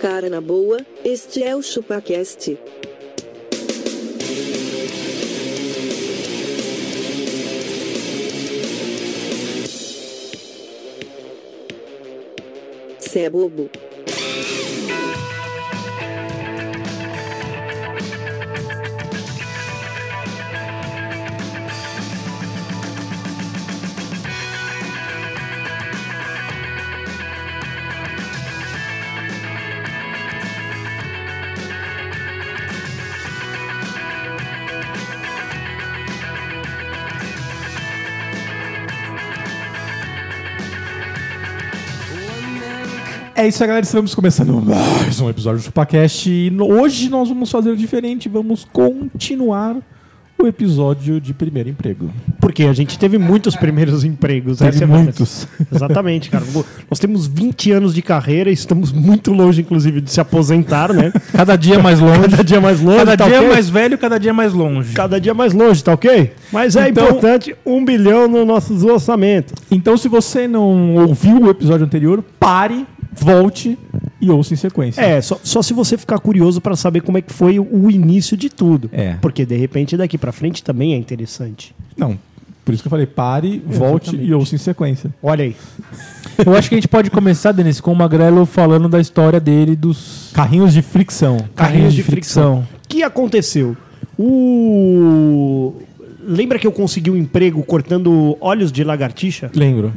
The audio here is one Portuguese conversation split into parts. Cara na boa, este é o ChupaCast. Cê é bobo. É isso aí, galera. Estamos começando mais um episódio do ChupaCast. E no- hoje nós vamos fazer o diferente. Vamos continuar o episódio de primeiro emprego. Porque a gente teve muitos primeiros empregos. Teve essa é a verdade. muitos. Exatamente, cara. Nós temos 20 anos de carreira e estamos muito longe, inclusive, de se aposentar, né? Cada dia mais longe. Cada dia mais longe, Cada tá dia é ok? mais velho, cada dia mais longe. Cada dia mais longe, tá ok? Mas é Então- importante um bilhão nos nossos orçamentos. Então, se você não ouviu o episódio anterior, pare, volte e ouça em sequência. É, só, só se você ficar curioso pra saber como é que foi o, o início de tudo. É. Porque, de repente, daqui pra frente também é interessante. Não. Por isso que eu falei, pare, volte e ouça em sequência. Olha aí. Eu acho que a gente pode começar, Denis, com o Magrelo falando da história dele dos Carrinhos de fricção. carrinhos de fricção. O que aconteceu? O. Lembra que eu consegui um emprego cortando olhos de lagartixa? Lembro.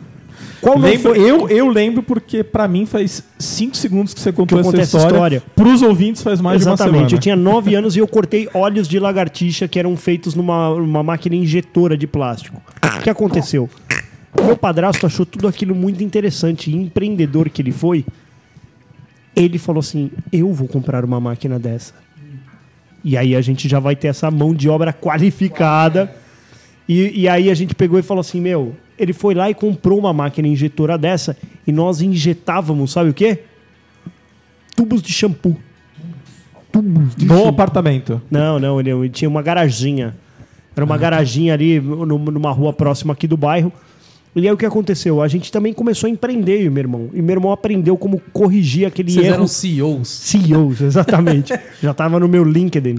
Qual não Lembro, foi- eu, eu lembro porque pra mim faz 5 segundos que você contou eu essa contei essa história. história. Pros ouvintes faz mais de uma Exatamente, eu semana. tinha 9 anos e eu cortei olhos de lagartixa que eram feitos numa uma máquina injetora de plástico. O que aconteceu? O meu padrasto achou tudo aquilo muito interessante e empreendedor que ele foi. Ele falou assim: Eu vou comprar uma máquina dessa. E aí a gente já vai ter essa mão de obra qualificada. E, e aí a gente pegou e falou assim: Meu, ele foi lá e comprou uma máquina injetora dessa e nós injetávamos, sabe o quê? Tubos de shampoo. No apartamento. Não, não, ele, ele tinha uma garaginha. Era Ah, tá. uma garaginha ali num- numa rua próxima aqui do bairro. E aí o que aconteceu? A gente também começou a empreender, eu e meu irmão. E meu irmão aprendeu como corrigir aquele Vocês erro. eram CEOs. CEOs, exatamente. Já tava no meu LinkedIn.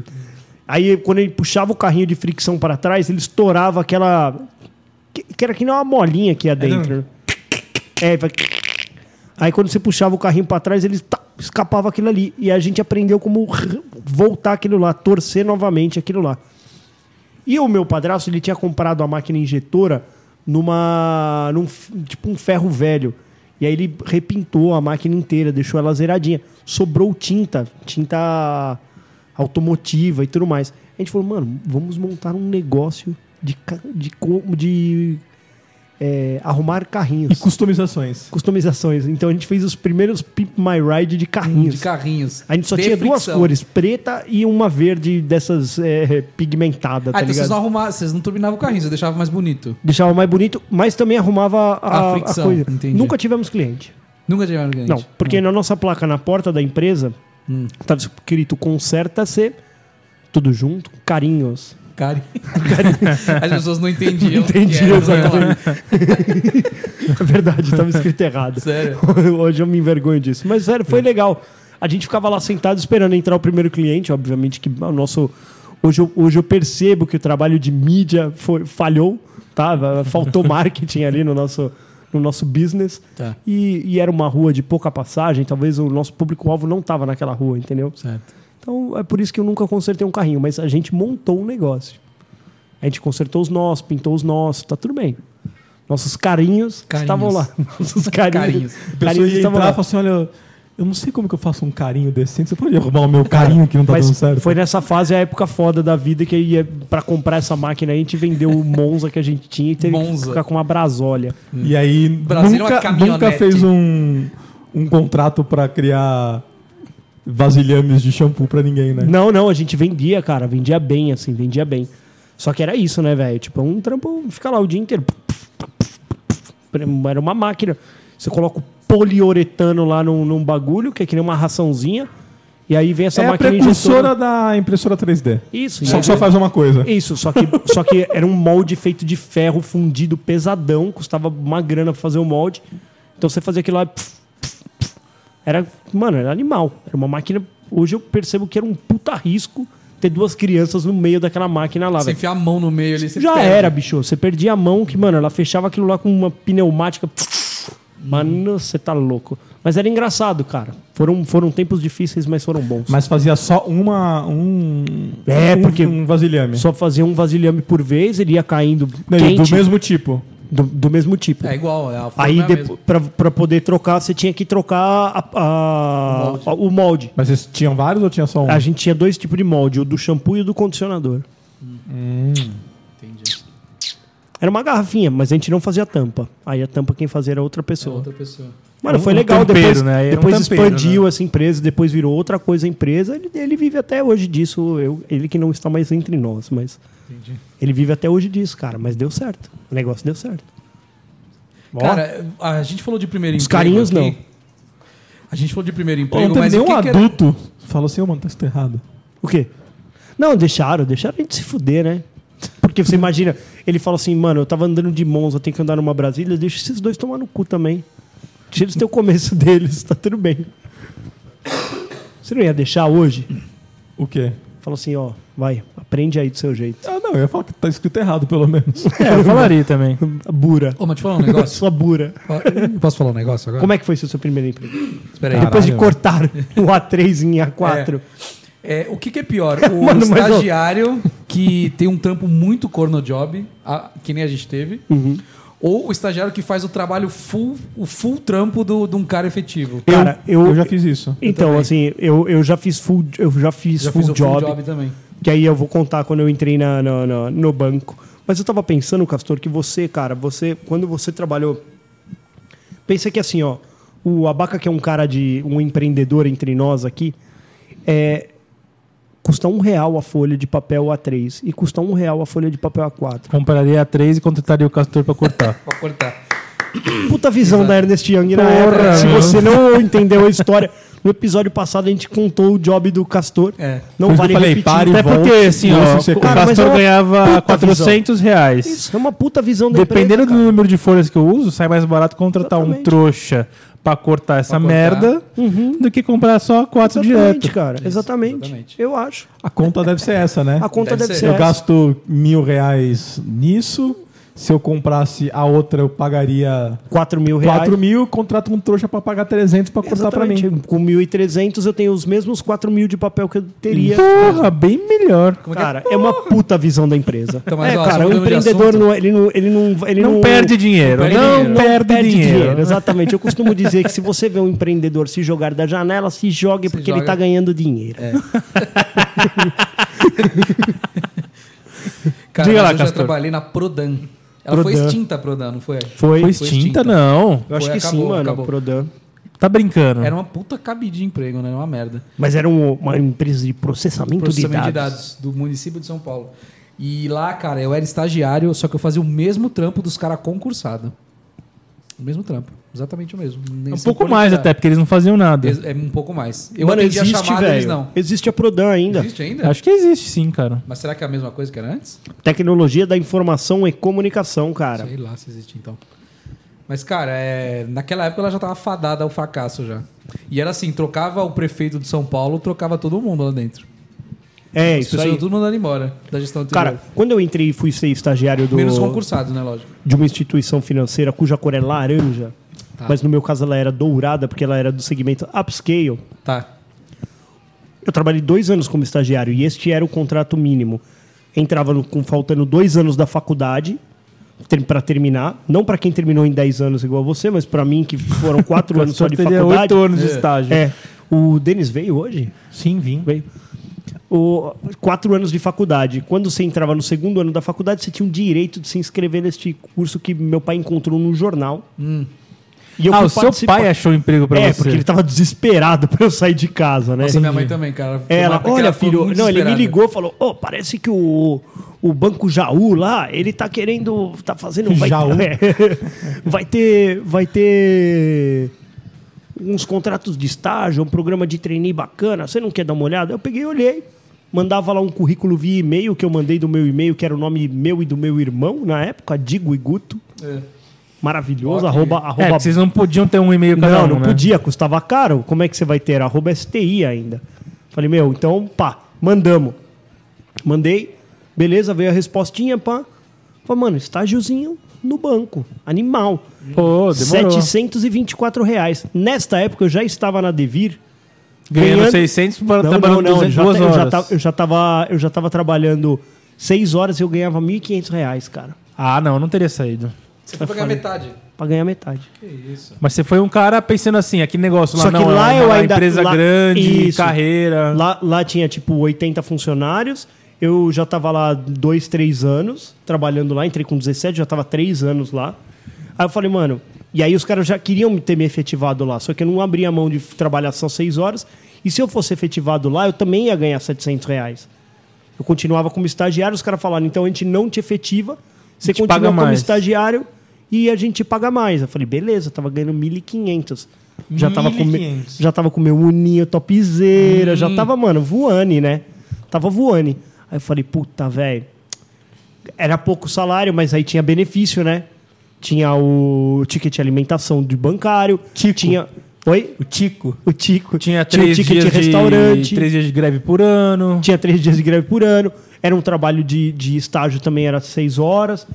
Aí, quando ele puxava o carrinho de fricção para trás, ele estourava aquela. Que, que era que nem uma molinha que ia dentro. É, vai- Aí, quando você puxava o carrinho para trás, ele tá, escapava aquilo ali. E a gente aprendeu como r- voltar aquilo lá, torcer novamente aquilo lá. E o meu padrasto, ele tinha comprado a máquina injetora numa. Num, f- tipo um ferro velho. E aí ele repintou a máquina inteira, deixou ela zeradinha. Sobrou tinta, tinta automotiva e tudo mais. A gente falou, mano, vamos montar um negócio de, ca- de, co- de é, arrumar E carrinhos. customizações. customizações. Então a gente fez os primeiros Pimp My Ride de carrinhos. De carrinhos. A gente só De tinha duas fricção. cores, tá preta e uma verde dessas é, pigmentada, Ah, tá então vocês ligado? não arrumavam, vocês não turbinavam o carrinho, vocês deixavam mais bonito. Deixava mais bonito, mas também arrumava a, A a fricção, coisa. entendi. Hum. Nunca tivemos cliente. Nunca tiveram cliente. Não, porque na nossa placa, na porta da empresa, Hum. tá escrito conserta-se, tudo junto, carinhos. Cara, as pessoas não entendiam. Entendi, o que era, sei lá. É verdade, estava escrito errado. Sério? É. Hoje eu me envergonho disso. Mas sério, foi legal. A gente ficava lá sentado esperando entrar o primeiro cliente. Obviamente que ah, o nosso. Hoje eu, hoje eu percebo que o trabalho de mídia foi, falhou, tá? Faltou marketing ali no nosso, no nosso business. Tá. E, e era uma rua de pouca passagem, talvez o nosso público-alvo não estava naquela rua, entendeu? Certo. Então é por isso que eu nunca consertei um carrinho, mas a gente montou um negócio. A gente consertou os nós, pintou os nós, tá tudo bem. Nossos carinhos, Carinhos. estavam lá. Nossos carinhos. Carinhos. A pessoa ia entrar e estavam falar lá. assim, olha, eu não sei como que eu faço um carinho decente, você pode arrumar o meu carinho que não tá dando É, Mas certo? foi nessa fase a época foda da vida que ia para comprar essa máquina, a gente vendeu o Monza que a gente tinha e teve que Monza. ficar com uma brasolha. E aí Brasil é uma nunca, caminhonete. nunca fez um, um contrato pra criar vasilhames de shampoo pra ninguém, né? Não, não, a gente vendia, cara, vendia bem assim, vendia bem. Só que era isso, né, velho? Tipo, um trampo fica lá o dia inteiro. Era uma máquina. Você coloca o poliuretano lá num, num bagulho, que é que nem uma raçãozinha, e aí vem essa é a máquina Né? precursora injetora. da impressora 3D. Isso, Só e que só faz uma coisa. isso, só que, só que era um molde feito de ferro fundido pesadão, custava uma grana pra fazer o molde. Então você fazia aquilo lá. pf, pf, pf, Era, mano, era animal. Era uma máquina. Hoje eu percebo que era um puta risco ter duas crianças no meio daquela máquina lá, Você velho. enfiar a mão no meio ali, você Já perde. era, bicho. Você perdia a mão que, mano, ela fechava aquilo lá com uma pneumática. Mano, você tá louco. Mas era engraçado, cara. Foram, foram tempos difíceis, mas foram bons. Mas fazia só uma. Um, É, um- porque- Um vasilhame. Só fazia um vasilhame por vez, ele ia caindo Não, e quente, do mesmo tipo. do, do mesmo tipo. É igual, é a forma Aí, é a depo- mesma. pra, pra poder trocar, você tinha que trocar a- a- O molde. a- o molde. Mas vocês tinham vários ou tinha só um? A gente tinha dois tipos de molde, o do shampoo e o do condicionador. Entendi. Era uma garrafinha, mas a gente não fazia tampa. Aí a tampa quem fazia era outra É pessoa. outra É pessoa. Mano, Um- foi um legal. tampeiro, depois né? Era um depois tampeiro, expandiu essa empresa, depois virou outra coisa a empresa. Ele, ele vive até hoje disso. Eu- ele que não está mais entre nós, mas. Ele vive até hoje disso, cara. Mas deu certo. O negócio deu certo. Ó, Cara, a gente falou de primeiro Os emprego. carinhos, aqui. não. A gente falou de primeiro emprego, não teve mas o nenhum que que era- adulto. Falou assim, ô mano, tá esterrado. o quê? Não, deixaram, deixaram a gente se fuder, né? Porque você imagina, ele fala assim, mano, eu tava andando de Monza, tenho que andar numa Brasília, deixa esses dois tomar no cu também. Deixa eles ter o começo deles, tá tudo bem. Você não ia deixar hoje? O quê? Fala assim, ó, vai, aprende aí do seu jeito. Ah, não, eu ia falar que tá escrito errado, pelo menos. É, eu falaria também. Bura. Ô, mas te falar um negócio. Sua bura. Eu Posso falar um negócio agora? Como é que foi seu seu primeiro emprego? Espera aí. Caralho. Depois de cortar o A3 em A4. É, o que, que é pior? O Mano, mas eu- estagiário que tem um trampo muito corno job, a- que nem a gente teve, ou o estagiário que faz o trabalho full, o full trampo do, de um cara efetivo. Cara, eu, eu já fiz isso. Então, assim, eu, eu já fiz full, eu já fiz Já full, fiz o job, full job também. que aí eu vou contar quando eu entrei na, na- na- no banco. Mas eu tava pensando, Castor, que você, cara, você, quando você trabalhou. Pensa que assim, ó, o Abaca, que é um cara de. um empreendedor entre nós aqui, é. Custa um real a folha de papel A3 e custa um real a folha de papel A4. Compraria a 3 e contrataria o Castor pra cortar. Pra cortar. Puta visão da Ernest Young na Porra, época. Se meu. você não entendeu a história, no episódio passado a gente contou o job do Castor. É. Não Por isso vale eu falei, repetir. pare e Até volte. porque, assim, Nossa, ó, você o cara, mas é Castor uma puta ganhava visão. 400 reais. Isso é uma puta visão da Dependendo do empresa, número de folhas que eu uso, sai mais barato contratar um Exatamente. trouxa pra cortar essa Pra cortar. merda do que comprar só quatro cara. Exatamente, direto. cara. É, Exatamente. exatamente. Eu acho. A conta deve ser essa, né? A conta Deve deve, ser. ser. Eu essa. gasto mil reais nisso. Se eu comprasse a outra, eu pagaria 4 mil reais. 4 mil, contrato um trouxa pra pagar 300 pra cortar pra Exatamente. mim. Com 1.300 eu tenho os mesmos 4 mil de papel que eu teria. Porra, bem melhor. Como é que é? Cara, é uma puta visão da empresa. Então, mas, é, ó, cara, só o mudando de empreendedor assunto. não, é, ele não, ele não, ele Não perde dinheiro, perde não dinheiro. perde dinheiro. Exatamente. Eu costumo dizer que se você vê um empreendedor se jogar da janela, se jogue porque ele joga. É, tá ganhando dinheiro. Cara, Diga mas lá, eu já Castor. trabalhei na Prodan. Ela foi Prodan. extinta a Prodan, não foi? Foi extinta. extinta, não. Eu acho Foi, que acabou, sim, mano. acabou. Prodan. Tá brincando. Era uma puta cabide de emprego, né? Era Uma merda. Mas era um- uma empresa de processamento, processamento de de dados. dados do município de São Paulo. E lá, cara, eu era estagiário, só que eu fazia o mesmo trampo dos caras concursado. O mesmo trampo, exatamente o mesmo. Nem Um sei pouco qual mais era. até, porque eles não faziam nada. Ex- É um pouco mais. Eu Mano, atendi a existe, chamada, eles velho. não. Existe a Prodan ainda. Existe ainda? Acho que existe sim, cara. Mas será que é a mesma coisa que era antes? Tecnologia da informação e comunicação, cara. Sei lá se existe então. Mas, cara, é... naquela época ela já tava fadada ao fracasso já. E era assim, trocava o prefeito de São Paulo, trocava todo mundo lá dentro. É, As isso pessoas aí. tudo mandando embora da gestão anterior. Cara, quando eu entrei e fui ser estagiário do, Menos concursados, né, lógico. de uma instituição financeira cuja cor é laranja, Tá. mas no meu caso ela era dourada porque ela era do segmento upscale, Tá. Eu trabalhei dois anos como estagiário e este era o contrato mínimo. Entrava no- com faltando dois anos da faculdade para terminar. Não para quem terminou em 10 anos igual você, mas para mim que foram quatro anos só de teria faculdade. oito anos de É. estágio. É. O Denis veio hoje? Sim, vim. Veio. O, quatro anos de faculdade. Quando você entrava no segundo ano da faculdade, você tinha o direito de se inscrever neste curso que meu pai encontrou no jornal. E eu ah, fui o seu participar. pai achou emprego pra É, você. porque ele tava desesperado pra eu sair de casa, né? Nossa, minha mãe também, cara. É, Ela, Porque olha, ficou filho, muito não, ele me desesperada. ligou e falou: Ô, parece que o, o Banco Jaú lá, ele tá querendo. tá fazendo. Vai, Jaú? é. vai ter. Vai ter. uns contratos de estágio, um programa de trainee bacana. Você não quer dar uma olhada? Eu peguei e olhei. Mandava lá um currículo via e-mail que eu mandei do meu e-mail, que era o nome meu e do meu irmão na época, Digo e Guto. É. maravilhoso, Ok. arroba, É, arroba porque vocês não podiam ter um e-mail cada Não, um, não né? podia, custava caro. Como é que você vai ter? Arroba STI ainda. Falei, meu, então, pá, mandamos. Mandei, beleza, veio a respostinha, pá. Falei, mano, estágiozinho no banco, animal. Pô, demorou. 724 reais. Nesta época eu já estava na Devir. Ganhando ganhando- 600, pra- Não, não, trabalhando não, eu 200, já, duas ta- eu, já horas. ta- eu, já tava, eu já tava trabalhando 6 horas e eu ganhava 1.500 reais, cara. Ah, não, não teria saído. Você foi pagar falei. metade. Pra ganhar metade. Que isso. Mas você foi um cara pensando assim, aquele negócio lá, Só que não, lá é eu uma ainda- empresa lá- grande, Isso. carreira. Lá, lá tinha tipo 80 funcionários. Eu já tava lá dois, três anos trabalhando lá. Entrei com 17, já tava três anos lá. Aí eu falei, mano. E aí os caras já queriam ter me efetivado lá. Só que eu não abria a mão de trabalhar só seis horas. E se eu fosse efetivado lá, eu também ia ganhar 700 reais. Eu continuava como estagiário. Os caras falaram, então a gente não te efetiva. Você Te continua paga como mais. estagiário e a gente paga mais. Eu falei, beleza. Eu tava ganhando 1.500. Já tava com... 1.500. Já tava com meu uninho topzera, já tava, mano, voane, né? Tava voane. Aí eu falei, puta, velho. Era pouco salário, mas aí tinha benefício, né? Tinha o ticket de alimentação de bancário. Tico. Tinha. Oi? O Tico. O Tico. Tinha tinha o três ticket dias de restaurante. de... Três dias de greve por ano. Tinha três dias de greve por ano. Era um trabalho de, de estágio também, era seis horas.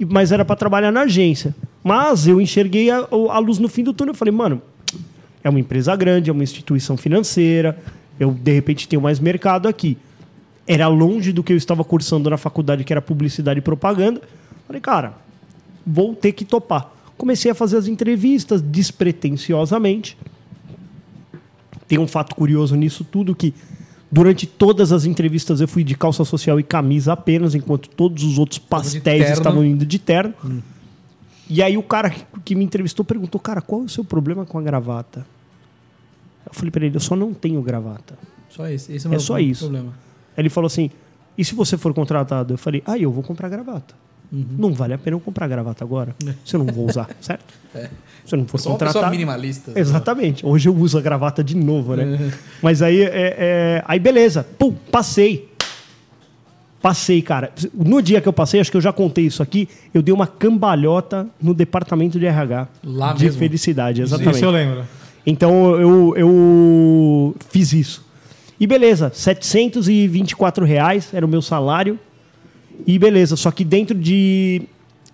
E- Mas era para trabalhar na agência. Mas eu enxerguei a, o- a luz no fim do túnel. Eu falei, mano, é uma empresa grande, é uma instituição financeira. Eu, de repente, tenho mais mercado aqui. Era longe do que eu estava cursando na faculdade, que era publicidade e propaganda. Falei, cara, vou ter que topar. Comecei a fazer as entrevistas despretensiosamente tem um fato curioso nisso tudo que durante todas as entrevistas eu fui de calça social e camisa apenas, enquanto todos os outros pastéis terno. estavam indo de terno. E aí o cara que, que me entrevistou perguntou, cara, qual é o seu problema com a gravata? Eu falei pra ele, eu só não tenho gravata. Só isso. Esse é, É o meu só isso. problema. Aí ele falou assim: e se você for contratado? Eu falei: ah, eu vou comprar gravata. Uhum. Não vale a pena eu comprar gravata agora. Se eu não vou usar, certo? Se eu não for Sou É. uma contratado. pessoa minimalista. né? Exatamente. Hoje eu uso a gravata de novo, né? Mas aí, é- é- aí beleza. Pum, passei. Passei, cara. No dia que eu passei, acho que eu já contei isso aqui, eu dei uma cambalhota no departamento de RH. Lá de mesmo? felicidade, exatamente. Isso eu lembro. Então eu, eu fiz isso. E beleza, R$ 724 reais era o meu salário. E beleza, só que dentro de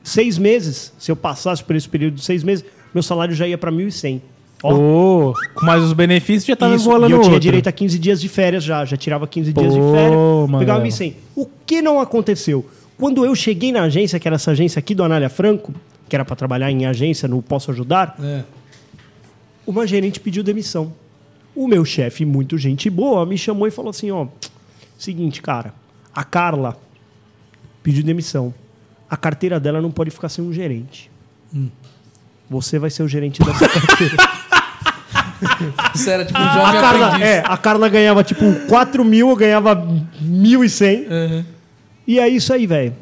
seis meses, se eu passasse por esse período de seis meses, meu salário já ia para 1.100. Ó, Pô, mas os benefícios já estavam isso, enrolando e eu tinha outro. direito a 15 dias de férias já, já tirava 15 dias de Pô, férias, pegava Magrelo. 1.100. assim, O que não aconteceu? Quando eu cheguei na agência, que era essa agência aqui do Anália Franco, que era para trabalhar em agência, no Posso Ajudar, É. uma gerente pediu demissão. O meu chefe, muito gente boa, me chamou e falou assim: ó, seguinte, cara, a Carla pediu demissão. A carteira dela não pode ficar sem um gerente. Hum. Você vai ser o gerente dessa carteira. Isso era tipo um jovem Ah, a, Carla, aprendiz. é, a Carla ganhava tipo 4 mil, eu ganhava 1.100. Uhum. E é isso aí, velho.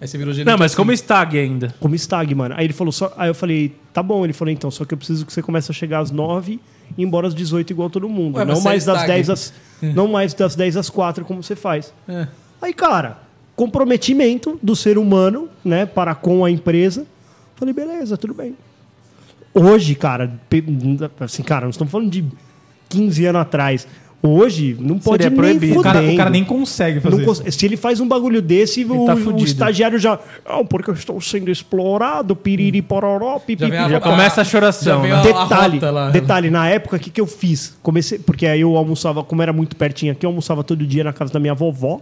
Aí você virou gerente. Não, mas assim. como stag ainda. como stag, mano. Aí ele falou, só. Aí eu falei, tá bom. Ele falou, então, só que eu preciso que você comece a chegar às 9 e ir embora às 18 igual todo mundo. Ué, mas não você é mais das stag. 10 às. não mais das 10 às 4, como você faz. É. Aí, cara, comprometimento do ser humano, né, para com a empresa. Falei, beleza, tudo bem. Hoje, cara, pe- assim, cara, nós estamos falando de 15 anos atrás. Hoje, não pode Seria nem proibido. O cara, o fudendo. cara nem consegue fazer Não isso. cons- Se ele faz um bagulho desse, o, tá o fudido. estagiário já. Não, porque eu estou sendo explorado, piriri pororó, pipipi. Já vem a Já rota- começa a já choração, vem né? a- a Detalhe, rota lá. detalhe, na época, o que, que eu fiz? Comecei, porque aí eu almoçava, como era muito pertinho aqui, eu almoçava todo dia na casa da minha vovó.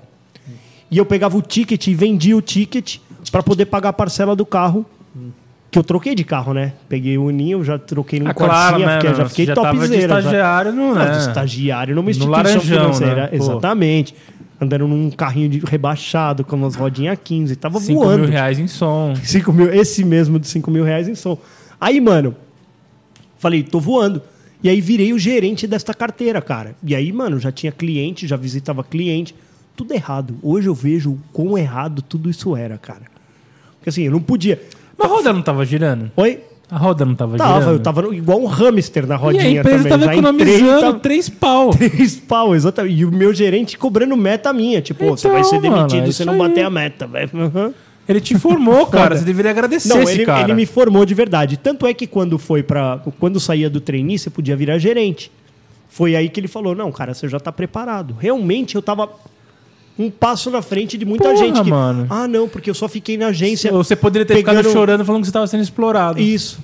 E eu pegava o ticket e vendia o ticket para poder pagar a parcela do carro. Que eu troquei de carro, né? Peguei o Ninho, já troquei num Ah, quartinho, claro, né? fiquei- já Você fiquei já tava de topzera. já. estagiário, não, Mas né? de Estagiário numa No instituição Laranjão, financeira. né? Pô. Exatamente. Andando num carrinho de rebaixado, com umas rodinhas 15. Tava 5 voando. mil reais em som. 5 mil, esse mesmo de 5 mil reais em som. Aí, mano, falei, tô voando. E aí virei o gerente desta carteira, cara. E aí, mano, já tinha cliente, já visitava cliente. Tudo errado. Hoje eu vejo o quão errado tudo isso era, cara. Porque assim, eu não podia. Mas a roda não tava girando? Oi? A roda não tava, Tá girando? Tava, eu tava no- igual um hamster na E a rodinha empresa também. tava já entrei, economizando tava- três pau. Três pau, exatamente. E o meu gerente cobrando meta minha. Tipo, "Ô, você vai Então, ser demitido mano, é se isso não aí. bater a meta, velho. Uhum. Ele te formou, cara. Foda. Você deveria agradecer Não, esse ele, cara. ele me formou de verdade. Tanto é que quando foi para Quando saía do trainee, você podia virar gerente. Foi aí que ele falou: não, cara, você já tá preparado. Realmente eu tava um passo na frente de muita Porra, gente. Que, mano. Ah, não, porque eu só fiquei na agência. Ou Você poderia ter ficado pegando- chorando falando que você estava sendo explorado. Isso.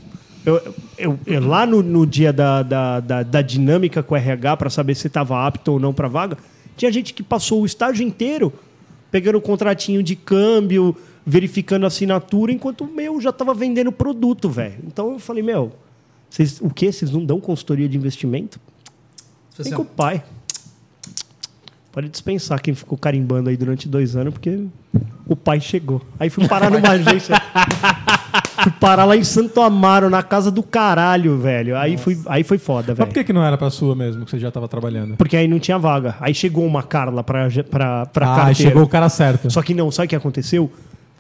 Eu, eu- eu- lá no, no dia da, da, da, da dinâmica com o RH, para saber se estava apto ou não para vaga, tinha gente que passou o estágio inteiro pegando o contratinho de câmbio, verificando a assinatura, enquanto o meu já estava vendendo produto, velho. Então eu falei, meu, vocês, o quê? Vocês não dão consultoria de investimento? Você Vem assim, com o pai. Pode dispensar quem ficou carimbando aí durante dois anos, porque o pai chegou. Aí fui parar numa agência. fui parar lá em Santo Amaro, na casa do caralho, velho. Aí, fui, aí foi foda, Mas velho. por que, que não era pra sua mesmo, que você já tava trabalhando? Porque aí não tinha vaga. Aí chegou uma Carla pra, pra, pra Ah, carteira. chegou o cara certo. Só que não, sabe o que aconteceu?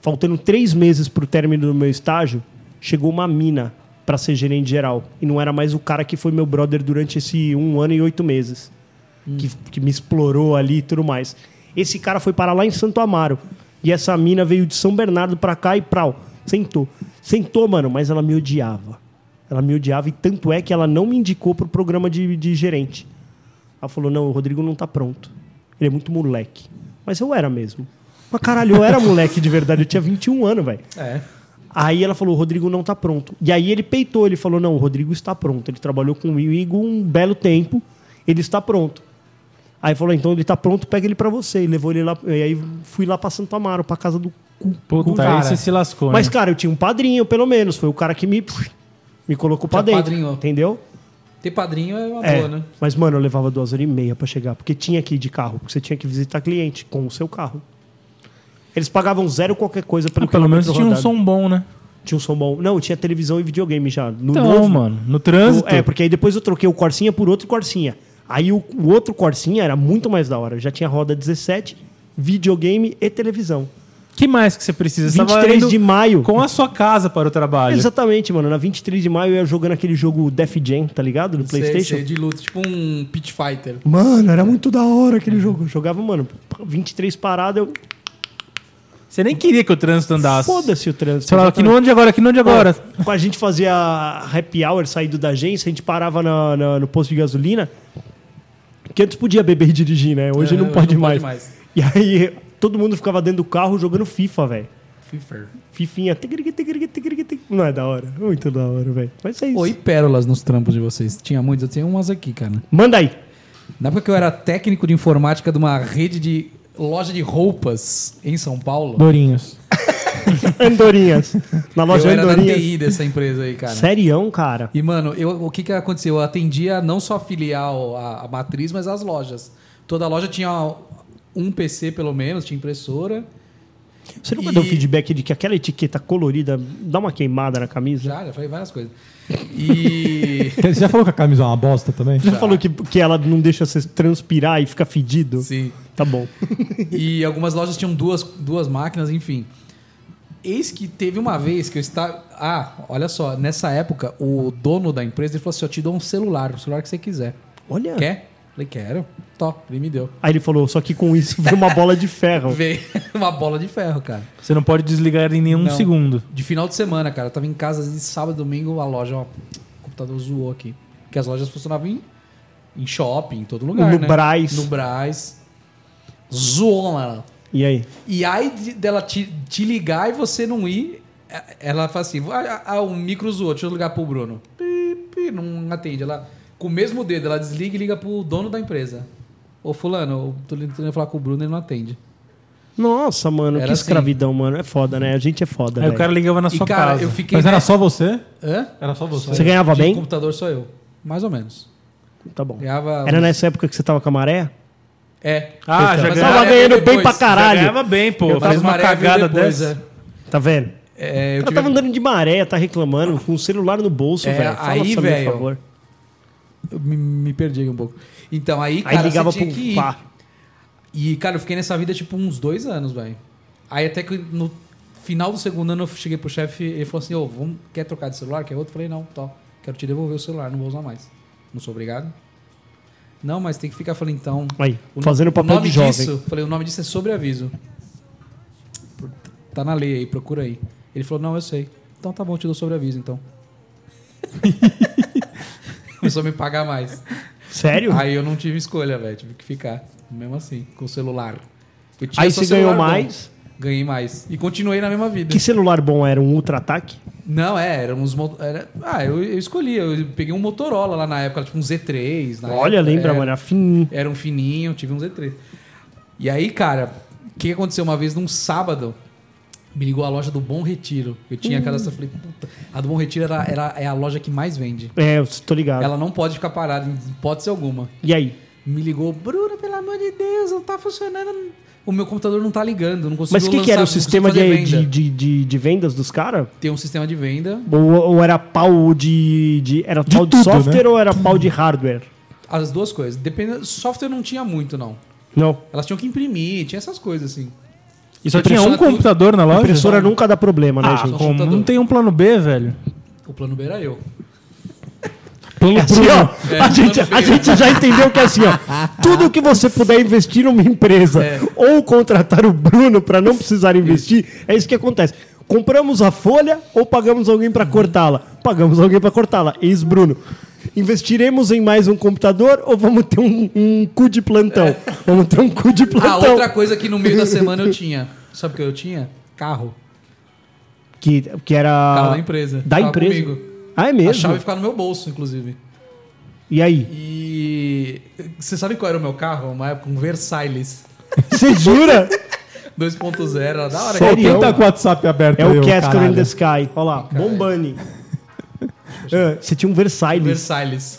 Faltando três meses pro término do meu estágio, chegou uma mina pra ser gerente geral. E não era mais o cara que foi meu brother durante esse um ano e oito meses. Que, que me explorou ali e tudo mais. Esse cara foi parar lá em Santo Amaro. E essa mina veio de São Bernardo pra cá e prau. Sentou. Sentou, mano, mas ela me odiava. Ela me odiava e tanto é que ela não me indicou pro programa de, de gerente. Ela falou: não, o Rodrigo não tá pronto. Ele é muito moleque. Mas eu era mesmo. Mas caralho, eu era moleque de verdade, eu tinha 21 anos, velho. É. Aí ela falou: o Rodrigo não tá pronto. E aí ele peitou, ele falou: não, o Rodrigo está pronto. Ele trabalhou com o Igor um belo tempo, ele está pronto. Aí falou: então ele tá pronto, pega ele pra você. E levou ele lá. E aí fui lá pra Santo Amaro, pra casa do cu. Puta, cara. aí você se lascou, Mas, né? cara, eu tinha um padrinho, pelo menos. Foi o cara que me, me colocou pra Já dentro. padrinhou. Entendeu? Ter padrinho é uma É, boa, né? mas mano, eu levava duas horas e meia pra chegar, porque tinha que ir de carro, porque você tinha que visitar cliente com o seu carro. Eles pagavam zero qualquer coisa pelo Ah, Pelo menos quilômetro tinha um rodado. som bom, né? Tinha um som bom. Não, tinha televisão e videogame já. No Então, novo, mano, no no- trânsito. é, porque aí depois eu troquei o Corsinha por outro Corsinha. Aí o, o outro Corsinha era muito mais da hora. Já tinha roda 17, videogame e televisão. que mais que você precisa? Você tava 23 indo de maio. Com a sua casa para o trabalho. Exatamente, mano. Na 23 de maio eu ia jogando aquele jogo Def Jam, tá ligado? No PlayStation. Sei, sei, de luta, tipo um pit fighter. Mano, era muito da hora aquele jogo. Eu jogava, mano, 23 paradas, eu. Você nem queria que o trânsito andasse. Foda-se o trânsito. Você falava, aqui não ande agora, aqui não ande agora. Pô, A gente fazia happy hour saído da agência, a gente parava na- na- no posto de gasolina. Que antes podia beber e dirigir, né? Hoje É, não, hoje pode, não mais. pode mais. E aí todo mundo ficava dentro do carro jogando FIFA, velho. Fifer. Fifinha. tigriqui, tigriqui, tigriqui, tigriqui. Não é da hora. Muito da hora, velho. Mas é isso. Oi, pérolas nos trampos de vocês. Tinha muitos, eu tenho umas aqui, cara. Manda aí. Na época que eu era técnico de informática de uma rede de loja de roupas em São Paulo, Dorinhos. Andorinhas. Na eu loja era da Andorinhas. TI dessa empresa aí, cara. Serião, cara. E, mano, eu, o que que aconteceu? Eu atendia não só a filial, a, a matriz, mas as lojas. Toda loja tinha um PC, pelo menos, tinha impressora. Você nunca E- deu feedback de que aquela etiqueta colorida dá uma queimada na camisa? Já, já falei várias coisas. E... Você já falou que a camisa é uma bosta também? Já falou que, que ela não deixa você transpirar e fica fedido? Sim. Tá bom. E algumas lojas tinham duas, duas máquinas, enfim. Eis que teve uma vez que eu estava. Ah, olha só, nessa época, o dono da empresa ele falou assim: eu te dou um celular, o celular que você quiser. Olha. Quer? Falei, quero. Top, ele me deu. Aí ele falou, só que com isso veio uma bola de ferro. Veio uma bola de ferro, cara. Você não pode desligar em nenhum Não. segundo. De final de semana, cara. Eu tava em casa de sábado, domingo, a loja, ó, o computador zoou aqui. Porque as lojas funcionavam em, em shopping, em todo lugar. No né? Brás. No Brás. Zoou, mano. E aí? E aí de- dela te, te ligar e você não ir, é- ela fala assim: ah, ah, o micro zoou, deixa eu ligar pro Bruno. Pi, pi, não atende. Ela, com o mesmo dedo, ela desliga e liga pro dono da empresa. Ô, Fulano, eu tô tentando falar com o Bruno, ele não atende. Nossa, mano, Era que assim. escravidão, mano. É foda, né? A gente é foda, Aí o velho. cara ligava na E, sua cara, casa. eu fiquei. Mas era só você? Hã? Era só você. Você ganhava De bem? computador sou eu. Mais ou menos. Tá bom. Ganhava. Era uns- nessa época que você tava com a maré? É. Ah, já Mas ganhava- era- tava ganhando era bem depois. pra caralho. ganhava bem, pô. Eu Faz tava uma maré, veio cagada depois, dessa. é. Tá vendo? É, eu Eu tive... tava andando de maré, tá reclamando, com o celular no bolso, É, velho. Fala aí, pra mim, velho, por favor. eu me, me perdi um pouco. Então, aí, Aí cara, ligava você tinha que pro ir. pá. E, cara, eu fiquei nessa vida, tipo, uns dois anos, velho. Aí até que no final do segundo ano eu cheguei pro chefe, ele falou assim, ô, vamos- quer trocar de celular? Quer outro? Eu falei, não, tô. Quero te devolver o celular, não vou usar mais. Não sou obrigado? Não, mas tem que ficar, Eu falei, então... Aí, O no- fazendo papel o nome de jovem. Disso, eu falei, o nome disso é sobreaviso. Puta, tá na lei aí, procura aí. Ele falou, não, eu sei. Então tá bom, eu te dou sobreaviso, então. Começou a me pagar mais. Sério? Aí eu não tive escolha, velho. Tive que ficar, mesmo assim, com o celular. Eu tinha Aí só você ganhou celular bom. mais. Ganhei mais. E continuei na mesma vida. Que celular bom era? Um ultra-ataque? Não, é, eram uns. mo- Era... Ah, eu, eu escolhi. Eu peguei um Motorola lá na época, tipo um Z3. na Olha, época, é. lembra, era, mano, era fininho. Era um fininho, eu tive um Z3. E aí, cara, o que aconteceu uma vez num sábado? Me ligou a loja do Bom Retiro. Eu tinha Hum. cadastro, eu falei, puta, a do Bom Retiro era, era- é a loja que mais vende. É, eu tô ligado. Ela não pode ficar parada, em hipótese alguma. E aí? Me ligou, Bruno, pelo amor de Deus, não tá funcionando. O meu computador não tá ligando, não consigo Mas o que, que lançar, era não o consigo sistema fazer de, venda." de, de, de- de vendas dos caras? Tem um sistema de venda. Ou, ou era pau de, de. Era pau de né? tudo, software ou era pau de hardware? As duas coisas. Dependendo, software não tinha muito, não. Não. Elas tinham que imprimir, tinha essas coisas, assim. E só tinha Impressora um tudo. computador na A loja? impressora nunca dá problema, né, Ah, gente? só um como? computador. Não tem um plano B, velho? O plano B era eu. Plano É assim, ó. a, É, plano gente, a feio. gente já entendeu que é assim, ó. Tudo que você puder investir numa empresa É. ou contratar o Bruno pra não precisar investir, é isso que acontece. Compramos a folha ou pagamos alguém pra cortá-la? Pagamos alguém pra cortá-la. Eis Bruno. Investiremos em mais um computador ou vamos ter um, um cu de plantão? Vamos ter um cu de É. Ah, plantão. outra coisa que no meio da semana eu tinha. Sabe o que eu tinha? Carro. que, que era. Carro da empresa. Ah, Da Tava empresa. comigo. Ah, é A chave mesmo? ficava no meu bolso, inclusive. E aí? E. Você sabe qual era o meu carro? Uma época, um Versailles Você jura? 2.0. Era da hora. Sério? que- Quem tá com o WhatsApp aberto É aí, o ô Castle in caralho? the Sky. Olha lá, é. bombani. Ah, Você tinha um Versailles. Versailles.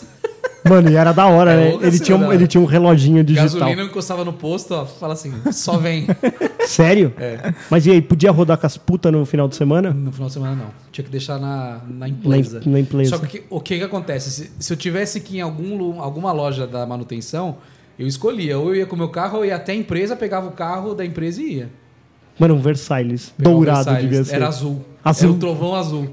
Mano, e era da hora, É, né? outra Ele tinha, um, cena. ele tinha um reloginho digital. Gasolina eu encostava no posto, ó. Fala assim, só vem. Sério? É. Mas e aí, podia rodar com as putas no final de semana? No final de semana, não. Tinha que deixar na, na empresa. Na- na empresa. Só que o que, que acontece? Se, se eu tivesse que ir em algum, lu- alguma loja da manutenção, eu escolhia. Ou eu ia com o meu carro, ou eu ia até a empresa, pegava o carro da empresa e ia. Mano, um Versailles. Pegava o dourado Versailles. devia ser. Era azul. Azul. Era o trovão azul.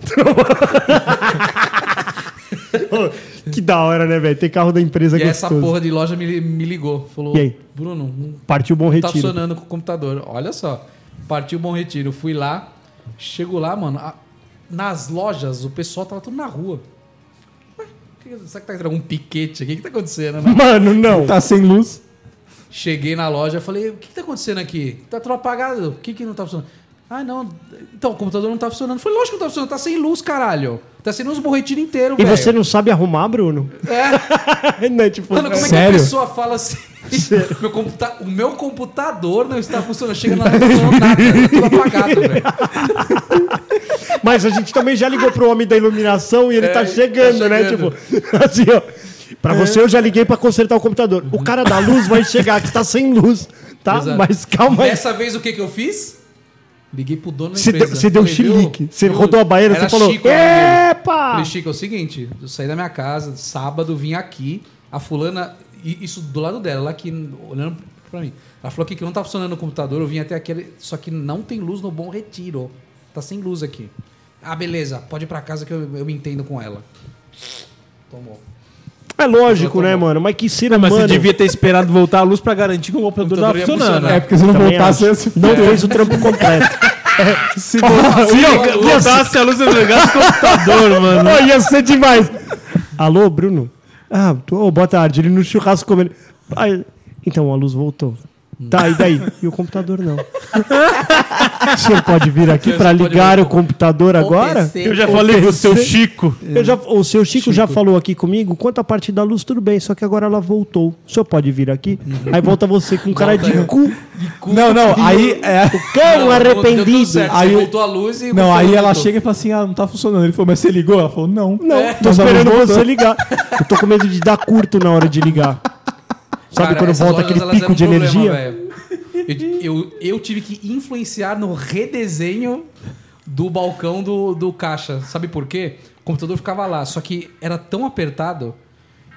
que da hora, né, velho? Ter carro da empresa e essa gostoso. porra de loja me, me ligou. Falou, E aí? Bruno, não Partiu bom tá retiro. funcionando com o computador. Olha só. Partiu Bom Retiro. Fui lá. Chego lá, mano. a- nas lojas, o pessoal tava tudo na rua. Ué, que que- Será que tá entrando algum piquete aqui? O que tá acontecendo, né? Mano, não. Tá sem luz. Cheguei na loja, falei, o que que tá acontecendo aqui? Tá tudo apagado, o que que não tá funcionando? Ah, não, então, o computador não tá funcionando. Falei, lógico que não tá funcionando, tá sem luz, caralho. Tá sem luz o borretino inteiro, E velho. você não sabe arrumar, Bruno? É. não, tipo, Mano, como é que Sério? a pessoa fala assim? meu computa... O meu computador não está funcionando. Chega na loja, não tá funcionando nada, tá tudo apagado, velho. Mas a gente também já ligou pro homem da iluminação e ele É, tá, chegando, tá né? chegando. É. Tipo, assim, ó. Pra você eu já liguei pra consertar o computador. O cara da luz vai chegar, que tá sem luz, tá? Exato. Mas calma aí. Dessa vez o que que eu fiz? Liguei pro dono da Você empresa. deu- você deu Falei, chilique. "Viu? Você Viu? rodou a baiana, Era você falou, Chico o nome dele. epa! Falei, Chico, é o seguinte, eu saí da minha casa, sábado, vim aqui, a fulana, e isso do lado dela, ela aqui, olhando pra mim. Ela falou aqui que não tá funcionando o computador, eu vim até aquele, só que não tem luz no Bom Retiro. Tá sem luz aqui. Ah, beleza, pode ir pra casa que eu, eu me entendo com ela. Tomou. É lógico, né, Exatamente. mano? Mas que ser Não, mas humano... você devia ter esperado voltar a luz pra garantir que o tá computador O tava computador ia funcionando. funcionar. É, porque se não Também voltasse, acho. eu se Não fez o trampo completo. Se Se voltasse a luz, eu ligasse o computador, mano. Oh, ia ser demais. Alô, Bruno? Ah, tô- ô, boa tarde. Ele no churrasco comendo. Ah, então, a luz voltou. Tá, e daí? E o computador não. o senhor pode vir aqui O senhor pra pode ligar vir. o computador É agora? PC. Eu já falei pro seu PC. Chico. Eu já, o seu Chico, já falou aqui comigo quanto à parte da luz, tudo bem, só que agora ela voltou. O senhor pode vir aqui? Aí volta você com um cara Volta de eu. cu. Não, não, aí. É... O cão Não, deu tudo um arrependido. certo, Aí- você voltou a luz e... Não, aí ela voltou. chega e fala assim: ah, não tá funcionando. Ele falou, mas você ligou? Ela falou, não. Não, tô Nós esperando vamos você ligar. Eu tô com medo de dar curto na hora de ligar. Sabe Cara, quando essas volta lojas, aquele elas pico eram de um problema, energia? velho. Eu, eu, eu tive que influenciar no redesenho do balcão do, do caixa. Sabe por quê? O computador ficava lá, só que era tão apertado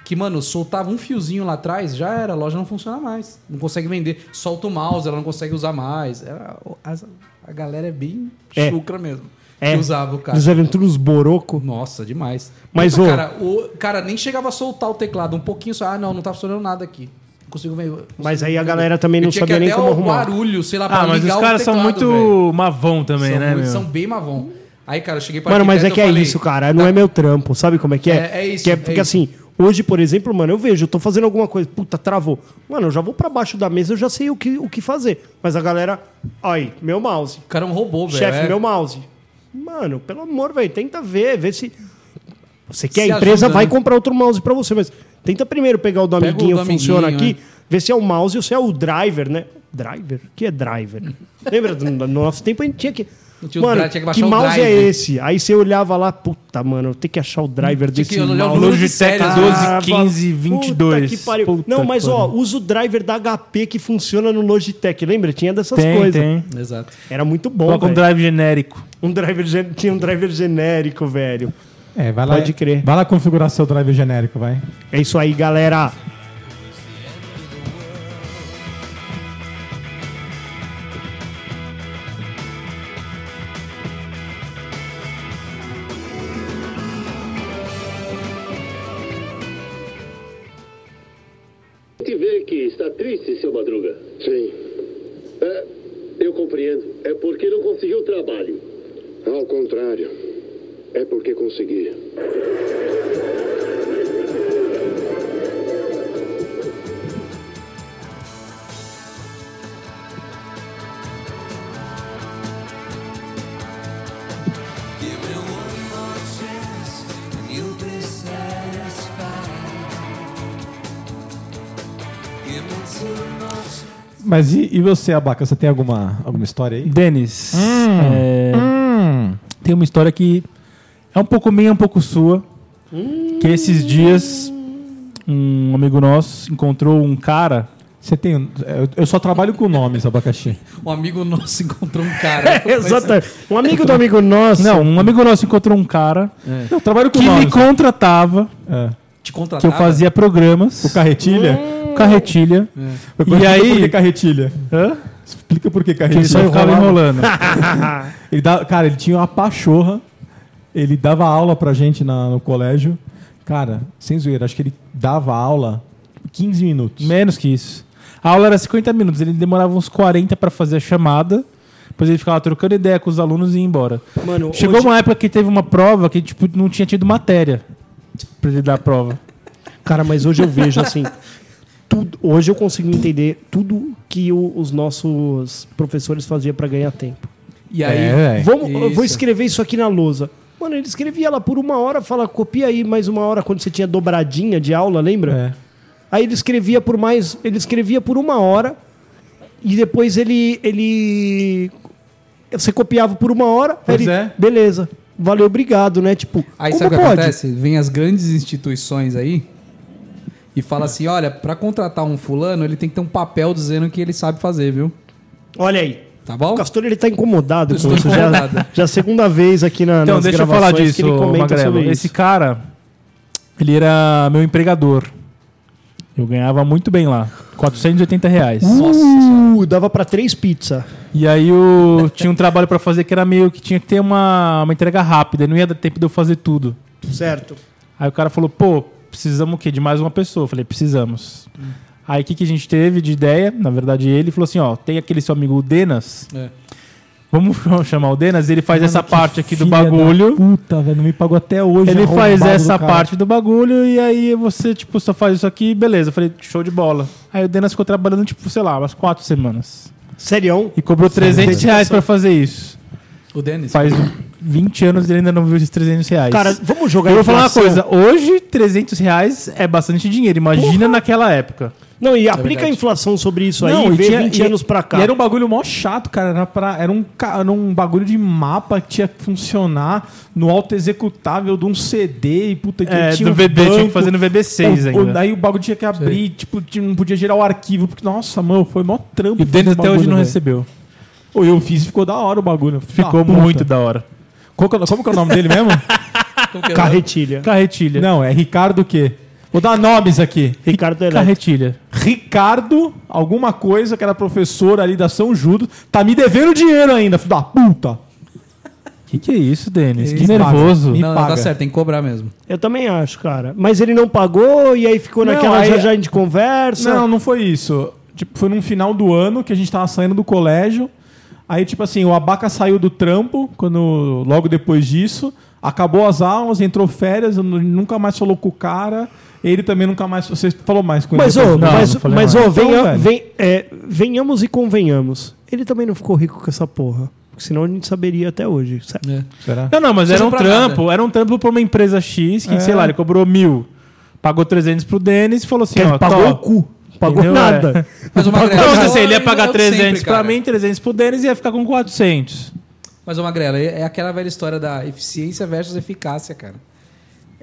que, mano, soltava um fiozinho lá atrás, já era, a loja não funciona mais. Não consegue vender. Solta o mouse, ela não consegue usar mais. Era- as- a galera é bem É. chucra mesmo. É. Que usava o caixa. Dos aventuras boroco. Nossa, demais. Mas, Puta, ô- cara, o cara nem chegava a soltar o teclado um pouquinho só. Ah, não, não tá funcionando nada aqui. consigo ver. Mas aí a galera também não Eu tinha que sabia nem até como o arrumar. barulho, sei lá, pra Ah, mas os ligar o caras são teclado, muito velho. mavão também, são, né, muito- meu? são bem mavon. Aí, cara, eu cheguei pra Mano, mas é arquiteto, que eu é falei, "Tá, isso, cara. Não é meu trampo. Sabe como é que é? É- é isso, Que é é porque isso. assim, hoje, por exemplo, mano, eu vejo, eu tô fazendo alguma coisa. Puta, travou. Mano, eu já vou pra baixo da mesa, eu já sei o que, o que fazer. Mas a galera. Aí, meu mouse. O cara é um robô, velho. Chefe, é. meu mouse. Mano, pelo amor, velho, tenta ver, ver se. Você quer, Se a empresa ajuda, vai né? comprar outro mouse pra você, mas tenta primeiro pegar o do Pega o amiguinho, do amiguinho, funciona aqui, né? ver se é o mouse ou se é o driver, né? Driver? O que é driver? Lembra do do nosso tempo a gente tinha que. Não tinha o mano, drive, tinha que que, baixar o mouse é driver. esse? Aí você olhava lá, puta, mano, eu tenho que achar o driver Tinha desse que olhar o mouse. número de Logitech séries, 12, né? Ah, 15, puta 22. que pariu. Puta Não, que mas ó, usa o driver da HP que funciona no Logitech, lembra? Tinha dessas Tem, coisas. tem. Exato. Era muito bom, Coloca um velho. drive genérico. Um driver gen- tinha um driver genérico, velho. É, vai lá. Pode crer. Vai lá configurar seu drive genérico, vai. É isso aí, galera. Te vê que está triste, seu Madruga. Sim. É, eu compreendo. É porque não conseguiu trabalho. Ao contrário. É porque consegui. Mas e, e você, Abaca? Você tem alguma, alguma história aí? Denis, é, tem uma história que é um pouco minha, um pouco sua. Que esses dias um amigo nosso encontrou um cara. Você tem. um- eu- Eu só trabalho com nomes, abacaxi. Um amigo nosso encontrou um É, cara. Exatamente. Um amigo do amigo nosso. Não, um amigo nosso encontrou um cara Eu trabalho com que me nomes. contratava, É. Te que eu contratava. fazia programas, O carretilha? carretilha. E Explica Por que aí, carretilha? Hã? Explica por que que ele carretilha. só ficava enrolando. Ele dava, cara, ele tinha uma pachorra. Ele dava aula pra gente na- no colégio. Cara, sem zoeira, acho que ele dava aula 15 minutos. Menos que isso. A aula era 50 minutos, ele demorava uns 40 pra fazer a chamada. Depois ele ficava trocando ideia com os alunos e ia embora. Mano, Chegou hoje- uma época que teve uma prova que tipo, não tinha tido matéria pra ele dar a prova. Cara, mas hoje eu vejo assim. Tudo, hoje eu consigo entender tudo que o- os nossos professores faziam pra ganhar tempo. E aí. É, velho. Vamos, eu vou Isso. escrever isso aqui na lousa. Mano, ele escrevia lá por uma hora, fala, copia aí mais uma hora quando você tinha dobradinha de aula, lembra? É. Aí ele escrevia por mais. Ele escrevia por uma hora. E depois ele. ele você copiava por uma hora. Pois ele, é. Beleza. Valeu, obrigado, né? Tipo, Aí como sabe o que pode? acontece? Vem as grandes instituições aí e fala assim: olha, pra contratar um fulano, ele tem que ter um papel dizendo que ele sabe fazer, viu? Olha aí. Tá bom? O Castor ele tá incomodado com Estou isso. Já, incomodado. já é a segunda vez aqui na, Então, nas deixa eu gravações falar disso, que ele comenta Magrelo. sobre Esse isso. cara, ele era meu empregador. Eu ganhava muito bem lá, 480 reais. Uh, dava pra três pizzas. E aí eu tinha um trabalho pra fazer que era meio que tinha que ter uma, uma entrega rápida, não ia dar tempo de eu fazer tudo. Certo. Aí o cara falou, pô, precisamos o quê? De mais uma pessoa. Eu falei, precisamos. Aí o que, que a gente teve de ideia? Na verdade, ele falou assim, ó, tem aquele seu amigo o Denas. É. Vamos chamar o Denas, ele faz essa parte aqui do Filha da bagulho. Puta, velho, não me pagou até hoje. Ele arrombado faz do essa cara. parte do bagulho e aí você, tipo, só faz isso aqui, beleza. Eu falei, show de bola. Aí o Denas ficou trabalhando, tipo, sei lá, umas quatro semanas. Serião? E cobrou 300 reais pra fazer isso. O Denis. Faz 20 anos ele ainda não viu esses 300 É reais. Cara, vamos jogar eu vou falar uma inflação. coisa. Hoje, 300 reais é bastante dinheiro. Imagina naquela época. Não, e aplica a verdade. inflação sobre isso aí É Não, e e vê tinha- 20 e- anos pra cá. E era um bagulho mó chato, cara. Era, pra, era, um, ca- era um bagulho de mapa que tinha que funcionar no auto-executável de um CD e puta que É, tinha do um VB, tinha que banco. fazer no VB6 O- o- ainda. Aí o bagulho tinha que abrir, tipo, tinha- não podia gerar o arquivo, porque, nossa, mano, foi mó trampo. E o Denis fazer até hoje um bagulho, não velho. recebeu. Ou eu fiz, ficou da hora o bagulho. Ficou Ah, puta. muito da hora. Qual que é o- Como que é o nome dele mesmo? Como que é? Carretilha. Carretilha. não, é Ricardo o quê? Vou dar nomes aqui. Ricardo Eletro. Carretilha. Ricardo, alguma coisa, que era professor ali da São Judas, tá me devendo dinheiro ainda, filho da puta. Que que é isso, Denis? Que, isso, nervoso. Baga? Me Não, não, tá paga. certo, tem que cobrar mesmo. Eu também acho, cara. Mas ele não pagou e aí ficou Não, naquela aí- já já a gente conversa. Não, não foi isso. Tipo, foi no final do ano que a gente tava saindo do colégio. Aí, tipo assim, o Abaca saiu do trampo quando logo depois disso. Acabou as aulas, entrou férias, eu nu- nunca mais falou com o cara. Ele também nunca mais. Você falou mais com Mas, ele. ô, depois? mas, não falei mas, mais. ô, venha- Então, velho. vem- é, venhamos e convenhamos. Ele também não ficou rico com essa porra. Porque senão a gente saberia até hoje. sabe? É. Será? Não, não, mas Vocês era não um pra trampo. Era um trampo pra uma empresa X que, É. sei lá, ele cobrou mil. Pagou 300 pro Denis e falou assim, Ele ó, pagou tó. o cu. Pagou Entendeu? nada. Mas o Magrela. Então, é assim, o- ele ia é pagar o de 300 sempre, pra cara. mim, 300 pro Denis e ia ficar com 400. Mas, ô Magrela, é é aquela velha história da eficiência versus eficácia, cara.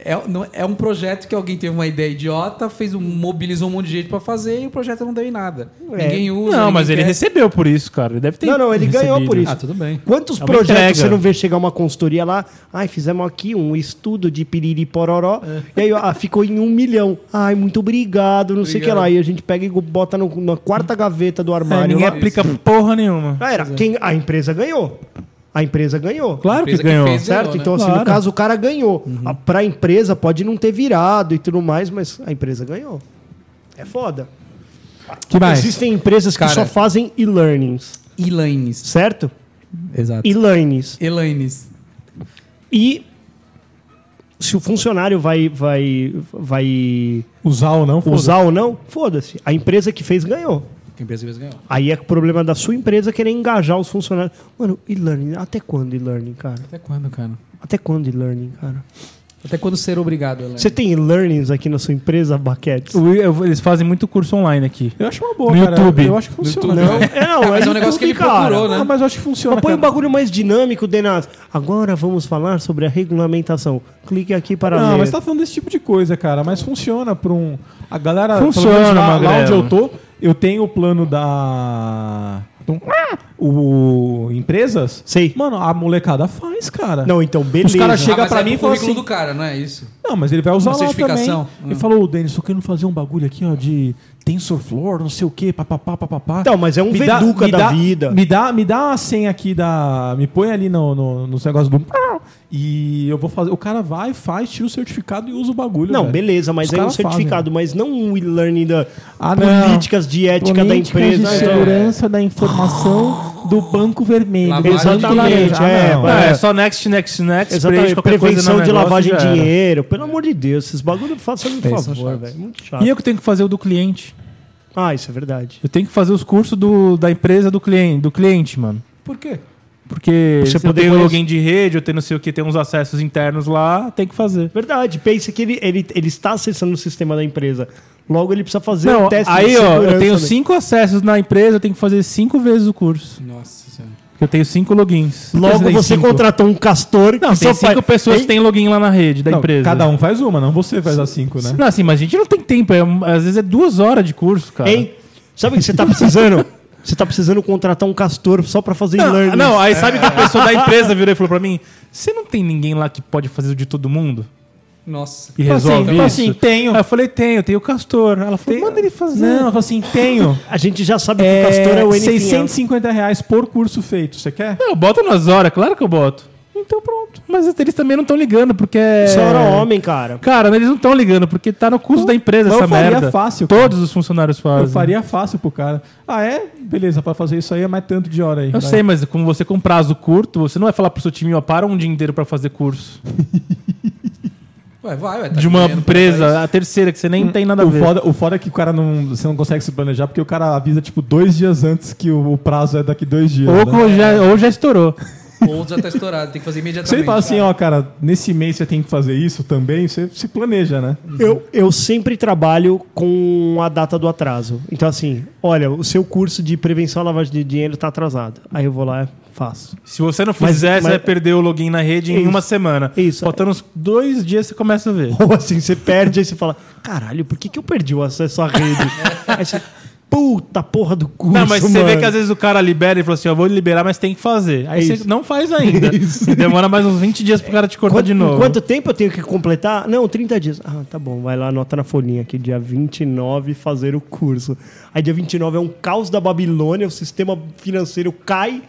É, não- é um projeto que alguém teve uma ideia idiota, fez um, mobilizou um monte de gente pra fazer e o projeto não deu em nada. É. Ninguém usa. Não, mas ele ninguém quer. recebeu por isso, cara. Ele deve É. ter Não, não, ele ganhou né? por isso. Ah, tudo bem. Quantos É uma projetos entrega. você não vê chegar uma consultoria lá? Ai, fizemos aqui um estudo de piriri pororó. E É. aí, ó, ah, ficou em um milhão. Ai, muito obrigado, não sei o que lá. E a gente pega e bota no- na quarta gaveta do É, armário. ninguém lá. aplica porra nenhuma. Ah, era. Quem, a empresa ganhou. A empresa ganhou. Claro que Empresa que ganhou. fez- Certo? Ganhou, né? Então, assim, no Claro. Uhum. caso, o cara ganhou. A, pra empresa pode não ter virado e tudo mais, mas a empresa ganhou. É foda. Que mais? Existem empresas que Cara. só fazem e-learnings, Elaines. certo? Exato. E-learnings. Elaines. E se o funcionário vai, vai, vai Usar ou não? usar ou não, foda-se. A empresa que fez ganhou. Que a empresa mesmo ganhou. Aí é o problema da sua empresa querer engajar os funcionários. Mano, e-learning, até quando e-learning, cara? Até quando, cara? Até quando e-learning, cara? Até quando ser obrigado, Elaine? Você tem e-learnings aqui na sua empresa, Baquete? O- eu- Eles fazem muito curso online aqui. Eu acho uma boa, No cara. YouTube. Eu acho que funciona. YouTube. cara. É, não, Ah, mas é um negócio que ele procurou, né? Ah, mas eu acho que funciona. Põe um cara. bagulho mais dinâmico, Denas. Agora vamos falar sobre a regulamentação. Clique aqui para Não, ler. mas tá falando desse tipo de coisa, cara. Mas funciona pra um. A galera. Funciona, pelo menos lá, lá Magrelo. onde eu tô, eu tenho o plano da. do- Ah! O. Empresas? Sei. Mano, a molecada faz, cara. Não, então, beleza. Os caras chegam mas pra é mim e pro falam currículo assim. do cara, não é isso? Não, mas ele vai usar Uma lá também. certificação. Ele Hum. falou, ô, Denis, tô querendo fazer um bagulho aqui, ó, de TensorFlow, não sei o quê, papapá, papapá. Então, mas é um Veduca me da vida. Me dá, me dá a senha aqui da... Me põe ali no, no, nos negócios do... E eu vou fazer... O cara vai, faz, tira o certificado e usa o bagulho, Não, velho. beleza, mas Os aí é um caras fazem. certificado, mas não um e-learning da Ah, não. políticas de ética da Políticas empresa. de Ah, então- segurança da Ah. informação do Banco Vermelho. Lavagem de Exatamente, dinheiro. é. Ah, não. É. É, é só next, next, next. Exatamente, qualquer coisa prevenção no de negócio, lavagem já de era. dinheiro. Pelo amor de Deus, esses bagulho façam um favor, velho. Muito chato. E eu que tenho que fazer o do cliente. Ah, isso é verdade. Eu tenho que fazer os cursos do, da empresa do cliente, do cliente, mano. Por quê? Porque Você se eu poder tenho conhecer- login de rede, eu tenho não sei o que, tem uns acessos internos lá, tem que fazer. Verdade, pensa que ele, ele, ele está acessando o sistema da empresa. Logo, ele precisa fazer Não, um teste aí, de ó, segurança, eu tenho né? cinco acessos na empresa, eu tenho que fazer cinco vezes o curso. Nossa senhora. Eu tenho cinco logins. Logo, Tem você cinco. contratou um castor que Não, tem cinco faz- pessoas Hein? que têm login lá na rede da Não, empresa. Cada um faz uma, não você faz as cinco, né? Não, assim, mas a gente não tem tempo. é um- às vezes é duas horas de curso, cara. Hein? Sabe o que você tá precisando? você tá precisando contratar um castor só pra fazer Não, e-learning. Ah, não, É. aí sabe que a pessoa da empresa virou e falou pra mim: Você não tem ninguém lá que pode fazer o de todo mundo? Nossa. E resolve assim, isso? assim, tenho. Aí eu falei: Tenho, tenho o Castor. Ela falou: Manda ele fazer. Não, eu falo assim, tenho. A gente já sabe É, que o castor é o anything else. 650 reais por curso feito, você quer? Não, eu boto nas horas, claro que eu boto. Então pronto. Mas eles também não estão ligando, porque é. Só era homem, cara. Cara, eles não estão ligando, porque tá no custo Não, da empresa mas eu essa faria merda. fácil, cara. Todos os funcionários fazem. Eu faria fácil pro cara. Ah, é? Beleza, pra fazer isso aí é mais tanto de hora aí. Eu sei, mas como você com prazo curto, você não vai falar pro seu time, ó, para um dia inteiro pra fazer curso. Ué, vai, ué. tá de uma ganhando pra empresa, isso. a terceira, que você nem tem nada a Hum. O ver. foda, o foda é que o cara não. Você não consegue se planejar porque o cara avisa, tipo, dois dias antes que o, o prazo é daqui dois dias. Ou, né? co- já, ou já estourou. Ou já tá estourado, tem que Se fazer imediatamente. ele fala assim, ó, cara, nesse mês você tem que fazer isso também, você se planeja, né? Uhum. Eu, eu sempre trabalho com a data do atraso. Então, assim, olha, o seu curso de prevenção à lavagem de dinheiro tá atrasado. Aí eu vou lá e faço. Se você não Mas- fizer, mas- você vai perder o login na rede em Isso. uma semana. Isso. Faltando uns dois dias, você começa a ver. Ou assim, você perde, aí você fala, caralho, por que, que eu perdi o acesso à rede? aí você, puta porra do curso, Não, mas você vê mano." que às vezes o cara libera e fala assim, ó, vou liberar, mas tem que fazer. Aí Isso. você não faz ainda. E demora mais uns 20 dias pro cara te cortar Quanto, de novo. Quanto tempo eu tenho que completar? Não, 30 dias. Ah, tá bom. Vai lá, anota na folhinha aqui, dia 29, fazer o curso. Aí dia 29 é um caos da Babilônia, o sistema financeiro cai.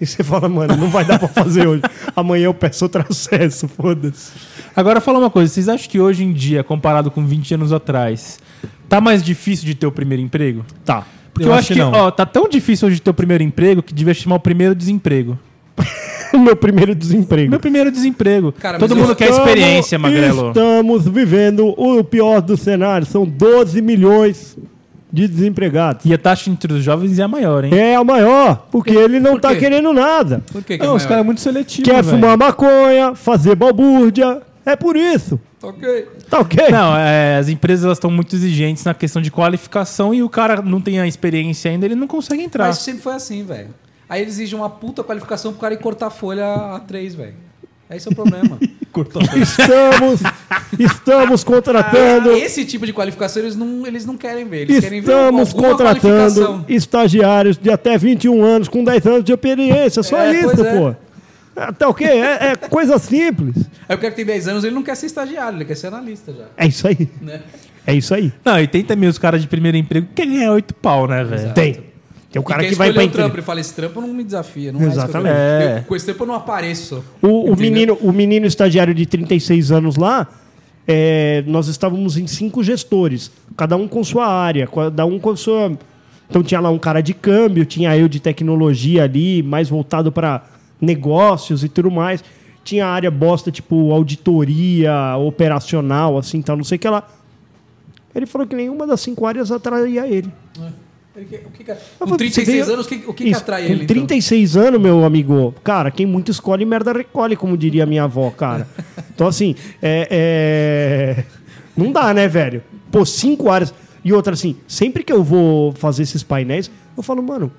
E você fala, mano, não vai dar pra fazer hoje. Amanhã eu peço outro acesso, foda-se. Agora fala uma coisa, vocês acham que hoje em dia, comparado com 20 anos atrás, tá mais difícil de ter o primeiro emprego? Tá. Porque eu, acho que, ó, tá tão difícil hoje de ter o primeiro emprego que devia chamar o primeiro desemprego. O meu primeiro desemprego. Meu primeiro desemprego. Cara, Todo mas mundo eu- quer experiência, Magrelo. Estamos vivendo o pior do cenário. São 12 milhões de desempregados. E a taxa entre os jovens é a maior, hein? É a maior, porque ele não Por tá quê? querendo nada. Por que que Não, é os maior? caras são muito seletivos. Quer velho. fumar maconha, fazer balbúrdia. É por isso. Ok. Tá ok? Não, é, as empresas estão muito exigentes na questão de qualificação e o cara não tem a experiência ainda, ele não consegue entrar. Mas sempre foi assim, velho. Aí eles exigem uma puta qualificação pro cara ir cortar folha a três, velho. É esse é o problema. Estamos, estamos contratando. Esse tipo de qualificação eles não, eles não querem ver. Eles querem ver Estamos alguma contratando qualificação. estagiários de até 21 anos com 10 anos de experiência. Só É, isso, pois é. pô. É, Tá ok? É, é coisa simples. Aí o cara que tem 10 anos, ele não quer ser estagiário, ele quer ser analista já. É isso aí. Né? É isso aí. Não, e tem também os caras de primeiro emprego que ganha oito pau, né, velho? Exato. Tem. Tem o cara e quer que vai pra escolher o entre... trampo e fala, esse trampo não me desafia, não é isso que eu Exatamente. quero. É. Eu- Com esse trampo eu não apareço. O, o Entendeu? menino, o menino estagiário de 36 anos lá, é, nós estávamos em cinco gestores, cada um com sua área, cada um com sua. Então tinha lá um cara de câmbio, tinha eu de tecnologia ali, mais voltado para negócios e tudo mais. Tinha a área bosta, tipo auditoria, operacional, assim, tal, não sei o que lá. Ele falou que nenhuma das cinco áreas atraía ele. Ele quer- O que que, Eu com falei, 36 você vê- anos, o que, o que, que Isso, atrai com ele? então? 36 anos, meu amigo, cara, quem muito escolhe, merda recolhe, como diria minha avó, cara. Então, assim, é, é, não dá, né, velho? Pô, cinco áreas. E outra, assim, sempre que eu vou fazer esses painéis, eu falo, mano,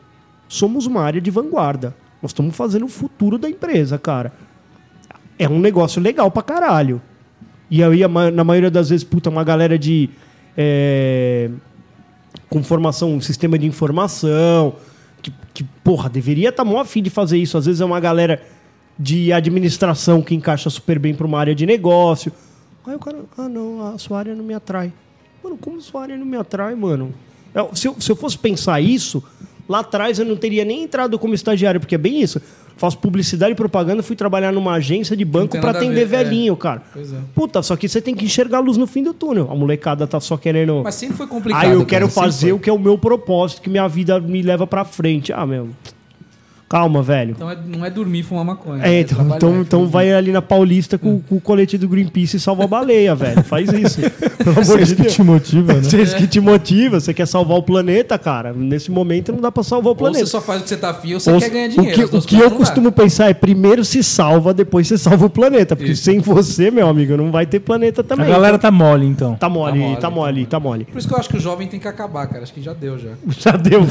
somos uma área de vanguarda. Nós estamos fazendo o futuro da empresa, cara. É um negócio legal pra caralho. E aí, a ma- na maioria das vezes, puta, uma galera de. é, com formação, um sistema de informação, que, que porra, deveria estar tá mó afim de fazer isso. Às vezes é uma galera de administração que encaixa super bem para uma área de negócio. Aí o cara, ah não, a sua área não me atrai. Mano, como sua área não me atrai, mano? Eu- se, eu, se eu fosse pensar isso, lá atrás eu não teria nem entrado como estagiário, porque é bem isso. Faço publicidade e propaganda, fui trabalhar numa agência de banco tem para nada a atender ver, é. velhinho, cara. Pois é. Puta, só que você tem que enxergar a luz no fim do túnel. A molecada tá só querendo. Mas sempre foi complicado. Ah, eu cara, quero sempre fazer foi. o que é o meu propósito, que minha vida me leva pra frente. Ah, meu. Calma, velho. Então é- não é dormir e fumar maconha. É, então, trabalhar, então, é Hum. então fazer. vai ali na Paulista com, com o colete do Greenpeace e salva a baleia, velho. Faz isso. Pelo Isso amor de que Deus. te motiva, né? Isso é isso que te motiva. Você quer salvar o planeta, cara. Nesse momento não dá pra salvar o Ou planeta. você só faz o que você tá afim ou você Ou quer se- ganhar dinheiro. O que, as duas o que eu coisas não dá. costumo pensar é primeiro se salva, depois você salva o planeta. Porque Isso. sem você, meu amigo, não vai ter planeta A também. galera tá mole, então. Tá mole, Tá mole, tá tá mole, tá mole. Por isso que eu acho que o jovem tem que acabar, cara. Acho que já deu já. Já deu.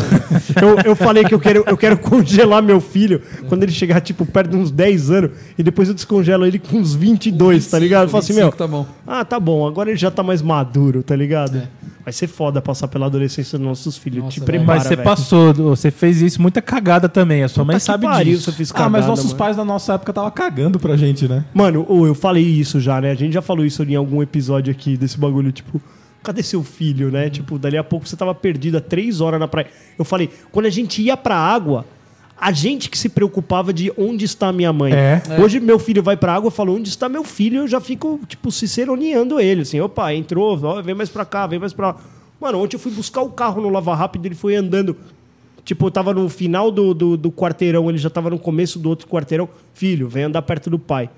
Eu, eu falei que eu quero, eu quero congelar meu filho quando ele chegar, tipo, perto de uns 10 anos. E depois eu descongelo ele com uns 22, tá 25, ligado? Eu falo assim, meu. 25 tá bom. Ah, tá bom. Agora ele já tá mais maduro, tá ligado? Vai ser foda passar pela adolescência dos nossos filhos. Nossa, Te velho. prepara, Mas você velho. passou, você fez isso, muita cagada também. A sua mãe Puta que sabe pariu, disso. se eu fiz Ah, mas cagada, nossos mano. pais da nossa época estavam cagando pra gente, né? Mano, ô, eu falei isso já, né? A gente já falou isso em algum episódio aqui desse bagulho, tipo, cadê seu filho, né? Tipo, dali a pouco você tava perdido há três horas na praia. Eu falei, quando a gente ia pra água, a gente que se preocupava de onde está minha mãe. É. Hoje meu filho vai pra água, eu falo, onde está meu filho? Eu já fico, tipo, ciceroneando ele, assim, opa, entrou, ó, vem mais pra cá, vem mais pra lá. Mano, ontem eu fui buscar o carro no Lava Rápido, ele foi andando. Tipo, eu tava no final do, do, do quarteirão, ele já tava no começo do outro quarteirão. Filho, vem andar perto do pai.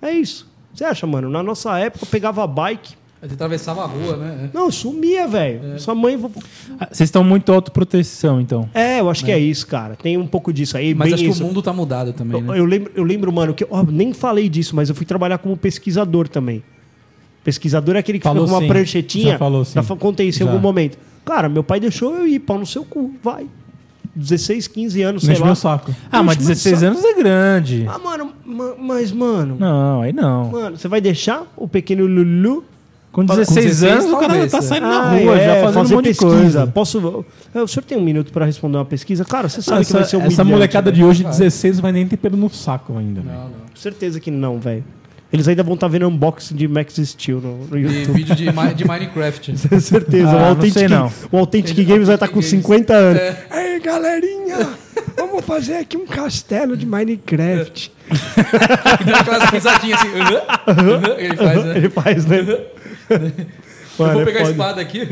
É isso. Você acha, mano? Na nossa época, eu pegava a bike. A gente atravessava a rua, né? Não, eu sumia, velho. Sua mãe. vo- Ah, Vocês estão muito autoproteção, então. É, eu acho que é isso, cara. Tem um pouco disso aí. Mas bem acho isso. que o mundo tá mudado também, né? Eu, eu lembro, eu lembro, mano, que. Ó, nem falei disso, mas eu fui trabalhar como pesquisador também. Pesquisador é aquele que Falou fica com uma sim. pranchetinha. Já falou sim. Já fa- contei isso em Já. algum momento. Cara, meu pai deixou eu ir, pau no seu cu, vai. 16, 15 anos, Não sei enche lá. meu saco. Ah, mas Ixi, mas 16 só- anos é grande. Ah, mano, ma- mas, mano. Não, aí não. Mano, você vai deixar o pequeno Lulu Com 16, anos, o cara já talvez, tá é. saindo na Ah, rua, é, já fazendo fazer um monte pesquisa. de coisa. Posso. é, O senhor tem um minuto pra responder uma pesquisa? Cara, você sabe que Essa, vai ser um essa molecada de hoje, 16, vai nem ter pelo no saco ainda. né? velho. Certeza que não, velho. Eles ainda vão estar vendo unboxing de Max Steel no, no E YouTube. vídeo de, Ma- de Minecraft. Certeza, Ah, o não Authentic, sei não. O Authentic Games vai estar com 50 anos. É. Ei, galerinha! Vamos vou fazer aqui um castelo de Minecraft. E dá aquelas risadinhas assim. aham, aham, ele faz, né? Ele faz, né? Eu Uhum. Mano, vou é pegar a foda. espada aqui. "Uhum".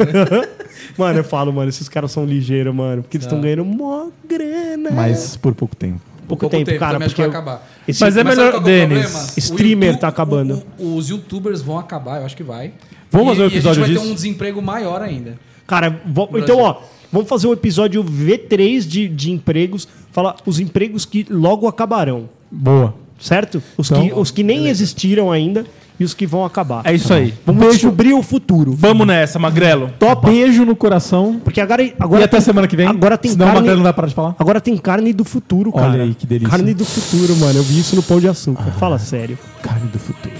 aham. Mano, eu falo, mano, esses caras são ligeiros, mano. Porque eles Ah. estão ganhando mó grana. Mas por pouco tempo. pouco, pouco tempo, tempo, cara. também acho que Porque vai acabar. Esse, Mas é Mas melhor, sabe qual que é o Denis. problema? O streamer tá acabando. o- os youtubers vão acabar, eu acho que vai. Vamos fazer um e, episódio e a gente vai disso? ter um desemprego maior ainda. Cara, vo- então, ó, vamos fazer um episódio V3 de, de empregos. Falar os empregos que logo acabarão, Boa. certo? Os, Então, que, os que nem existiram ainda e os que vão acabar. É isso Tá aí. Vamos descobrir o futuro. Vamos nessa, Magrelo. Topa. Beijo no coração. Porque agora, agora, e até semana que vem. agora tem Senão carne- o Magrelo não vai parar de falar. agora tem carne do futuro, Olha cara. aí, que delícia. Carne do futuro, mano. Eu vi isso no Pão de Açúcar. Fala sério. Carne do futuro.